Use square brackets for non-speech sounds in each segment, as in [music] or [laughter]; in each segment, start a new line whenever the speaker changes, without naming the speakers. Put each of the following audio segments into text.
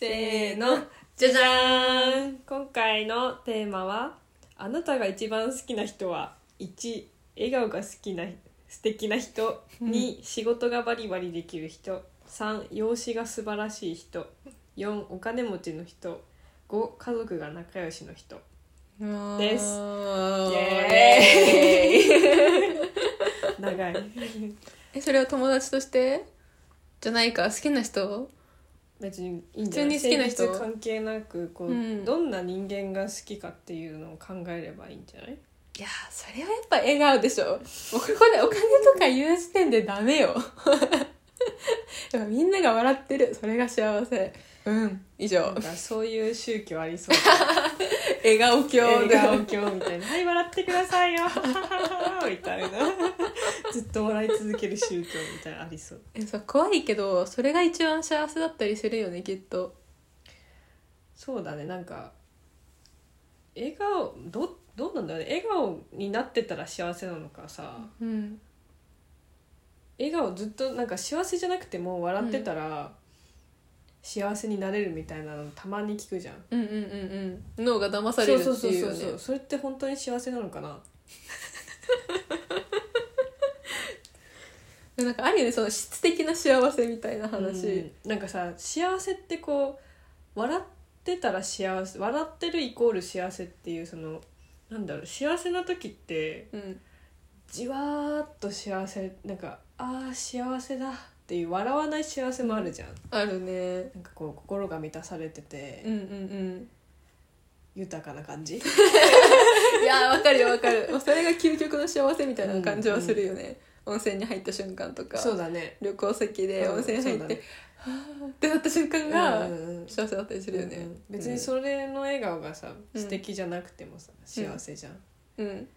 せーのじゃじゃーん今回のテーマは「あなたが一番好きな人は1笑顔が好きな素敵な人2仕事がバリバリできる人3容姿が素晴らしい人4お金持ちの人5家族が仲良しの人」です
イ
エ
エーイ
[laughs] 長い
えそれは友達としてじゃないか好きな人
別にいいんじゃない
普通に好きな人
性別関係なくこう、
うん
どんな人間が好きかっていうのを考えればいいんじゃない
いやーそれはやっぱ笑顔でしょもうここでお金とか言う時点でダメよ [laughs] やっぱみんなが笑ってるそれが幸せうん以上
なんかそういう宗教あり
[laughs]
そう
笑顔教
笑顔教みたいな「 [laughs] はい笑ってくださいよ」 [laughs] みたいな [laughs] ずっと笑い続ける宗教みたいなのありそう
えそう怖いけどそれが一番幸せだったりするよねきっと
そうだねなんか笑顔どどうなんだろうね笑顔になってたら幸せなのかさ
うん
笑顔ずっとなんか幸せじゃなくても笑ってたら幸せになれるみたいなのたまに聞くじゃん
うんうんうんうん脳が騙されるっていうよね
それって本当に幸せなのかな
でなんかあるよねその質的な幸せみたいな話、
うんなんかさ幸せってこう笑ってたら幸せ笑ってるイコール幸せっていうそのなんだろう幸せな時って
うん、
じわーっと幸せなんかあー幸せだっていう笑わない幸せもあるじゃん、
あるね
なんかこう心が満たされてて、
うんうん
豊かな感じ
うんいやーわかるよわかるもうそれが究極の幸せみたいな感じはするよね、温泉に入った瞬間とか
そうだね
旅行先で
うん
温泉入って、
そうだね
はーってなった瞬間が
うんうんうん
幸せだったりするよね、
うんうん別に
う
それの笑顔がさ、
うん
素敵じゃなくてもさ幸せじゃん、
うん、うん、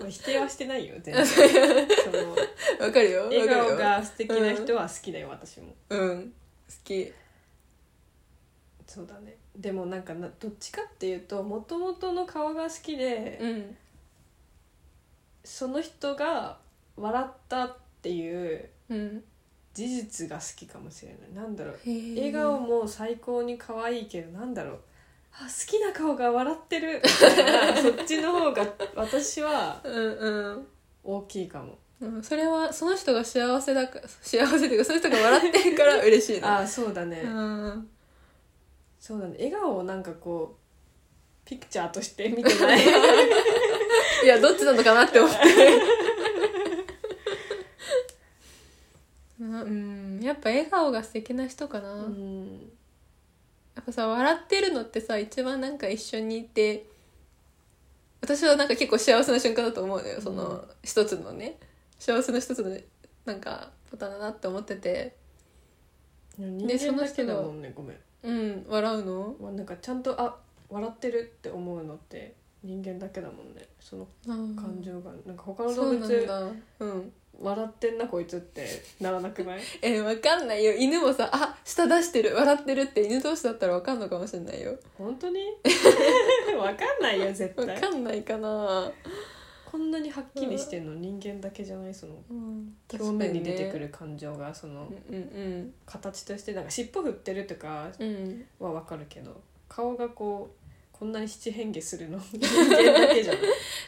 まあ否定はしてないよ [laughs] 全然その
わかるよわかる
笑
よ
顔が素敵な人は好きだよ、私も
うん好き
そうだねでもなんかなどっちかっていうともともとの顔が好きで、
うん
その人が笑ったっていう
うん
事実が好きかもしれないなんだろう
笑
笑顔も最高に可愛いけどなんだろうあ好きな顔が笑ってる [laughs] みたいなそっちの方が私は
うんうん
大きいか [laughs] も
うん、それはその人が幸せだか幸せというかその人が笑ってるから嬉しいな
ああそうだね、
うん
そうだね笑顔をなんかこうピクチャーとして見てない [laughs]
いやどっちなのかなって思ってうんうんやっぱ笑顔が素敵な人かな、
うん
やっぱさ笑ってるのってさ一番なんか一緒にいて私はなんか結構幸せな瞬間だと思うのよその、
うん
一つのね幸せの一つのなんかパターンだなって思ってて
人
でそ
間
の
だけ
人
だ
が
もんねごめん
うん笑うの
まあ、なんかちゃんとあ笑ってるって思うのって人間だけだもんねその感情が、なんか他の
そ
動
うなん
物
だうん
笑ってんなこいつってならなく
[laughs]
ない
えわかんないよ犬もさあ舌出してる笑ってるって犬同士だったらわかんのかもしれないよ
本当に [laughs] わかんないよ絶
わ
対
かんないかな、
こんなにはっきりしてんの人間だけじゃないその
うん、
表面に出てく
る
る感情がその
うん
形としてなんか尻尾振ってるとか
うんうん
はわかるけど顔がこうこんなに七変化する
[laughs]
の人間だけじゃない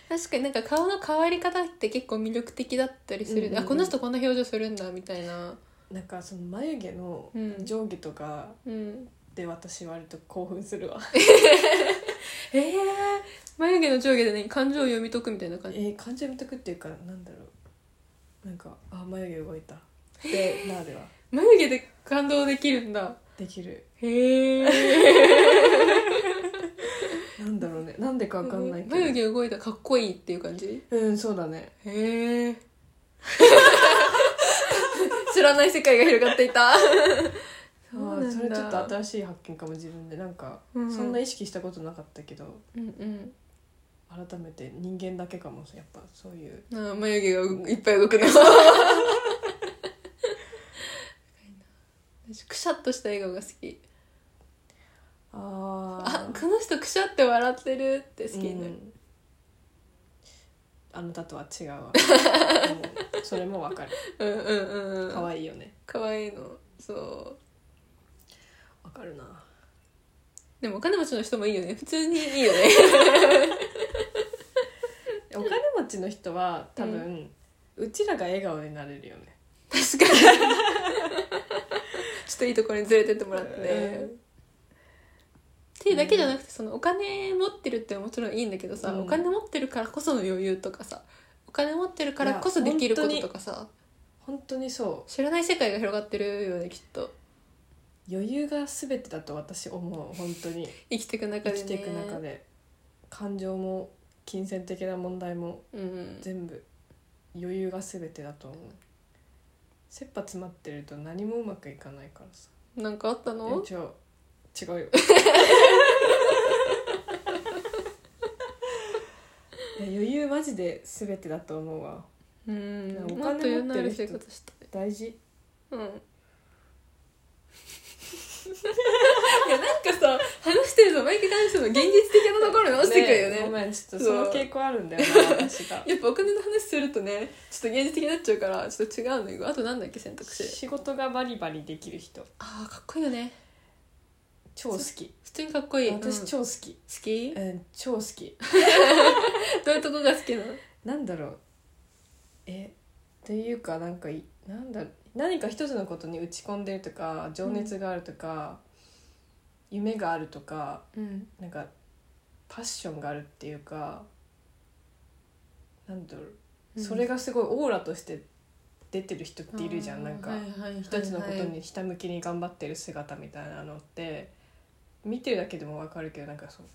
確かになんか顔の変わり方って結構魅力的だったりす
う
る、
んうんうん
あこの人こんな表情するんだみたいな
なんかその眉毛の
うん
上下とか
うん
で私割と興奮するわ
えー、眉毛の上下でね感情を読み解くみたいな感じ
えー、感情見とくっていうかなんだろうなんかあ眉毛動い
[laughs]
たってなるわ
眉毛で感動できるんだ
できる
へえ
なんだろうねなんでかわかんないけど
眉毛動いたらかっこいいっていう感じ
うんそうだね
へ [laughs] え知らない世界が広がっていた
あ
そうなん
ー
だ
それちょっと新しい発見かも自分でなんか、
うん
そんな意識したことなかったけど
うん
改めて人間だけかもやっぱそういう
うんあ眉毛がいっぱい動くの [laughs] 私くしゃっとした笑顔が好き
あ
あこの人くしゃって笑ってるって好きになる、
うんあなたとは違う
[laughs]
わうんそれもわかる
うんうんうんうん
可愛いよね
かわいいのそう
わかるな
でもお金持ちの人もいいよね普通にいいよね
お金持ちの人は多分、うちらが笑顔になれるよね
[laughs] 確 [laughs] かにちょっといいところに連れてってもらってね、
うん
っていうだけじゃなくてそのお金持ってるってもちろんいいんだけどさ、
うん
お金持ってるからこその余裕とかさお金持ってるからこそできることとかさ
本当にそ
知らない世界が広がってるよねきっと
う余裕が全てだと私思う本当に
生きていく中
生
でね
きていく中で感情も金銭的な問題も
うん
全部余裕が全てだと思う切羽詰まってると何もうまくいかないからさ
なんかあったの
え違
[laughs]
う違うよいや余裕マジで全てだと思うわ
うん
お金
もっと余裕のある
持って
生
る人
活したい
大事
うん [laughs] いやなんかさ話してると毎回話してるの現実的なところに落ちてくるよね
えごめんちょっと
そ
そうの傾向あるんだよな私が
やっぱお金の話するとねちょっと現実的になっちゃうからちょっと違うのよあとなんだっけ選択肢
仕事がバリバリできる人
ああかっこいいよね
超好き
普通にかっこいい
私
うん
超好き、
好き
うん、超好き
[laughs] どういうとこが好きなの
なんだろうえというかなんかいなんだ何か一つのことに打ち込んでるとか情熱があるとか、夢があるとか
うん
なんかパッションがあるっていうかなんだろうそれ
が
がすごいオーラとして出てる人っているじゃん、なんか一つのことにひたむきに頑張ってる姿みたいなのって見てるだけでも分かるけどなんかそう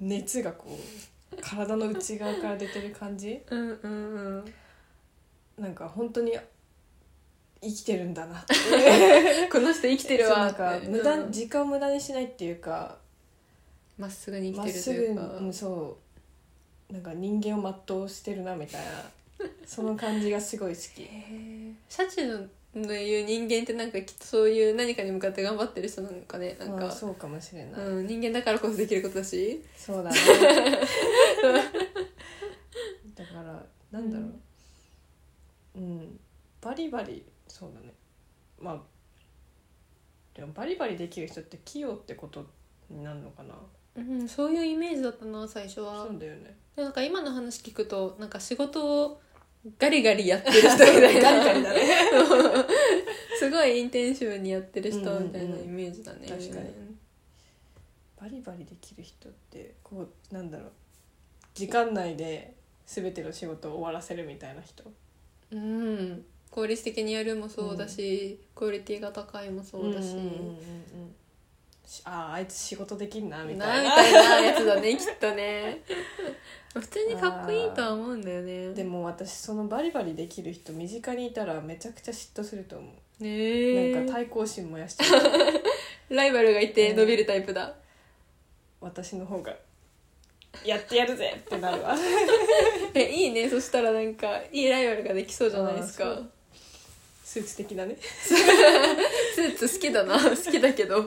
熱がこう体の内側から出てる感じ
うんうんうん
なんか本当に生きてるんだなって
この人生きてるわ
そうなん
っ
か
て
無駄、
うん
時間を無駄にしないっていうか
まっすぐに生
まっ
きてると
すぐ
いう
に
か
うんそうなんか人間を全うしてるなみたいなその感じがすごい好き
へえシャチの言う人間ってなんかきっとそういう何かに向かって頑張ってる人なのかね [laughs] なん
まあ
か
そうかもしれない、
うん人間だからこそできることだし
そうだ
[laughs]
ねだからなんだろううん、バリバリそうだねまあでもバリバリできる人って器用ってことになるのかな
うんそういうイメージだったな最初は
そうだよね
でもなんか今の話聞くとなんか仕事をガリガリやってる人みたいな
ガリ [laughs] ガリだね
[laughs] すごいインテンシブにやってる人みたい
うんう
なん
うん
イメージだね、
確かにバリバリできる人ってこうなんだろう時間内で全ての仕事を終わらせるみたいな人
うん効率的にやるもそうだし、クオリティが高いもそうだし、
んんうんうんしあああいつ仕事できんなみ
な
たい
み
な
たいなやつだねきっとね
[laughs]
普通にかっこいいとは思うんだよね
でも私そのバリバリできる人身近にいたらめちゃくちゃ嫉妬すると思う、
ねえ
なんか対抗心燃やして [laughs] る
ライバルがいて伸びるタイプだ、
私の方がやってやるぜってなるわ [laughs]
えいいねそしたらなんかいいライバルができそうじゃないです
あー
か
そうスーツ的なね
スーツ好
[laughs]
きだな好きだけど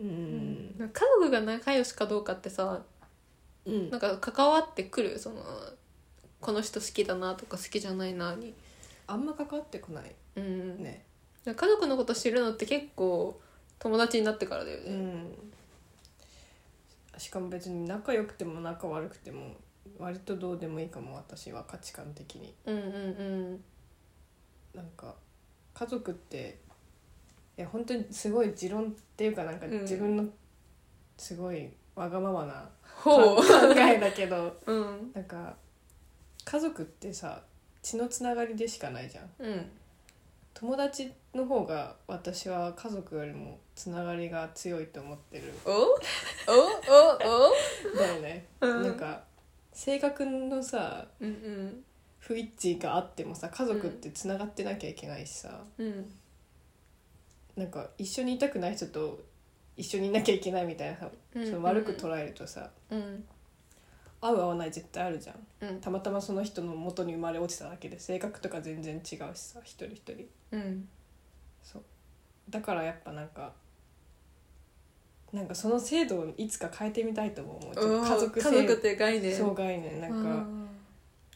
うん
家族が仲良しかどうかってさ
うん
なんか関わってくるそのこの人好きだなとか好きじゃないなに、
あんま関わってこない
うん
ね
家族のこと知るのって結構友達になってからだよ
う
ね、
んしかも別に仲良くても仲悪くても割とどうでもいいかも私は価値観的に
うん、うんうん
なんか家族っていや本当にすごい持論っていうかなんか
うん
自分のすごいわがままな
ほ
考えだけど
ううん
なんか家族ってさ血のつながりでしかないじゃん
うん
友達の方が私は家族よりもつながりが強いと思ってる
[laughs] おおおお
だよね、
うん
なんか性格のさ
うん
不一致があってもさ家族ってつながってなきゃいけないしさ、
うんうん
なんか一緒にいたくない人と一緒にいなきゃいけないみたいなさ、
うん
その悪く捉えるとさ
うん
合う合わない絶対あるじゃん
うん
たまたまその人の元に生まれ落ちただけで性格とか全然違うしさ一人一人
うん
そうだからやっぱなんかなんかその制度をいつか変えてみたいとも思うちょっと
家
家
族
族
家
制
族っ
度
ていう概念
そう概念なんか、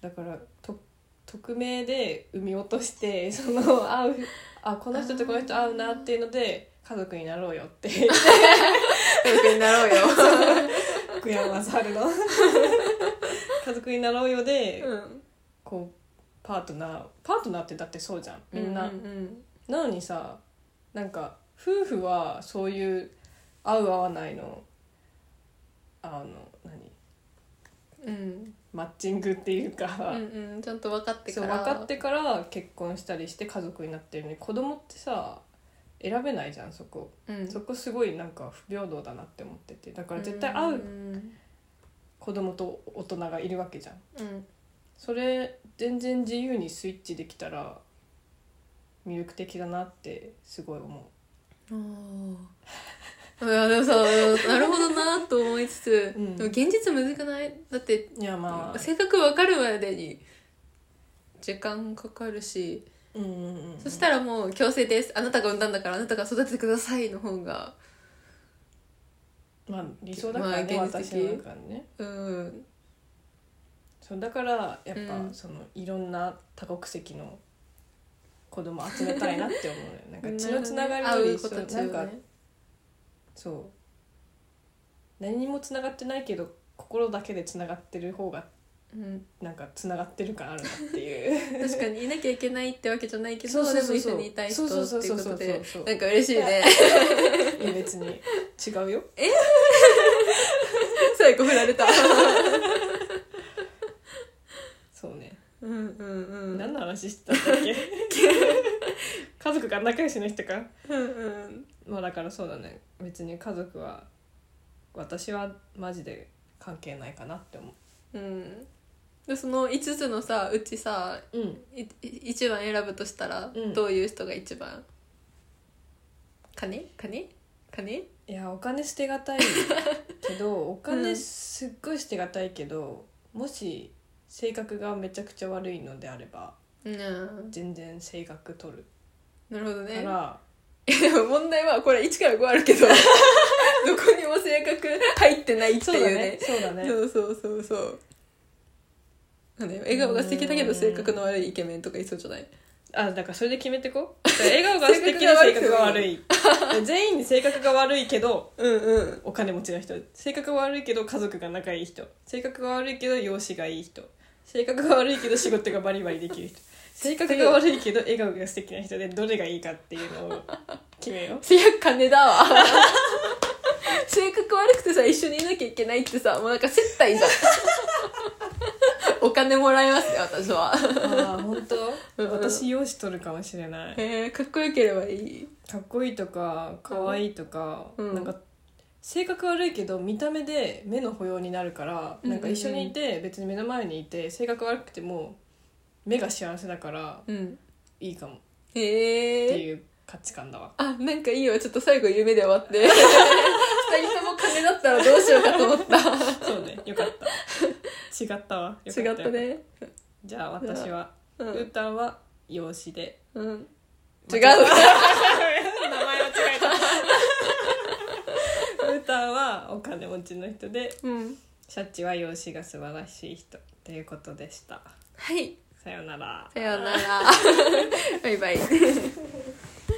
だからと匿名で産み落と
[laughs]
してその会うあこの人とこの人会うなっていうので家族になろうよって
[laughs] 家族になろうよ、
福山雅治の [laughs] 家族になろうよで、
うん、
こうパートナーパートナーってだってそうじゃんみんな、
うんうん
なのにさなんか夫婦はそういう合う合わないのあの何
うん
マッチングっていうか、
うんうんちゃんと分かって
そ
か
う
ら
分かってから結婚したりして家族になってるのに子供ってさ選べないじゃんそこ
うん
そこすごいなんか不平等だなって思っててだから絶対会
う
うん子供と大人がいるわけじゃん
うん
それ全然自由にスイッチできたら魅力的だなってすごい思
あーいやでもさ [laughs] なるほどなと思いつつ、
うん
でも現実むずくないだって
ういやまあ
性格分かるまでに時間かかるし、
うんうんうん
そしたらもう強制ですあなたが産んだんだからあなたが育ててくださいの方が
まあ理想だからね、
まあ現実
私
的
の中でね
うん
そうだからやっ
う
ぱ
ん
そのいろんな多国籍の子供集めたいなって思うのよなんか血のつながり
会
より
うこ
そ
と
う
と
なん
よ
か
ね
そう何にもつながってないけど心だけでつながってる方が
うん、
なんかつながってる感あるなっていう
確かにいなきゃいけないってわけじゃない
[laughs]
け
そう
ど
そう
で
そ
も
う
一
そう
緒にいたい人っていうことで
そうそうそうそうそう
なんか嬉し
[laughs]
いね
いや別に違うよ
最後振られた
そうね、
[laughs] うんうんうん
何の話してたん [laughs] だっけ家族が仲良しの人か
うんうん
まあだからそうだね別に家族は私はマジで関係ないかなって思
うんでその5つのさうちさ
ううん
いい1番選ぶとしたら、
うん
どういう人が一番金金金
いやお金捨てがたいけ
[laughs]
どお金すっごい捨てがたいけど、もし性格がめちゃくちゃ悪いのであれば
うん
全然性格取る
なるほど
か
ね
ら、
いやでも [laughs] 問題はこれ1から5あるけ [laughs] どどこにも性格入ってないって
そう
い
だ
う
ね
ね
そうだ
そう
ね
そうそうそうなんだよ笑顔が素敵だけど性格の悪いイケメンとかいそうじゃない
あだからそれで決めてこうだから笑顔が素敵で性
性格
格
が
が
悪
悪
[laughs]
い全員に性格が悪いけど
うんうん
お金持ちの人性格が悪いけど家族が仲いい人性格が悪いけど容姿がいい人性格が悪いけど仕事がバリバリでき [laughs] る人性格が悪いけど笑顔が素敵な人でどれがいいかっていうのを決めよう
いや金だわ [laughs] 性格悪くてさ一緒にいなきゃいけないってさもうなんか接待じゃんお金もらえますよ私は
ああ本当、
うん
私容姿取るかもしれない
へえかっこよければいい
かっこいいとか可愛いとか、
うん
なんか性格悪いけど見た目で目の保養になるから、
うんうん
なんか一緒にいて別に目の前にいて性格悪くても目が幸せだから
うん
いいかもっ
へ
て
え
いう価値観だわ
あなんかいいわちょっと最後夢で終わって [laughs] 二人とも金だったらどうしようかと思った
そうねよかった違ったわよか
違った
よか
ね
じゃあ私は
う
うー
ん、
たんは容姿で
うん、違
違う
[laughs] うわ
名前間違えたう
[laughs]
ーたんはお金持ちの人で
うん
シャチは容姿が素晴らしい人ということでした。
はい
[laughs] さようなら。
さようならバイバイ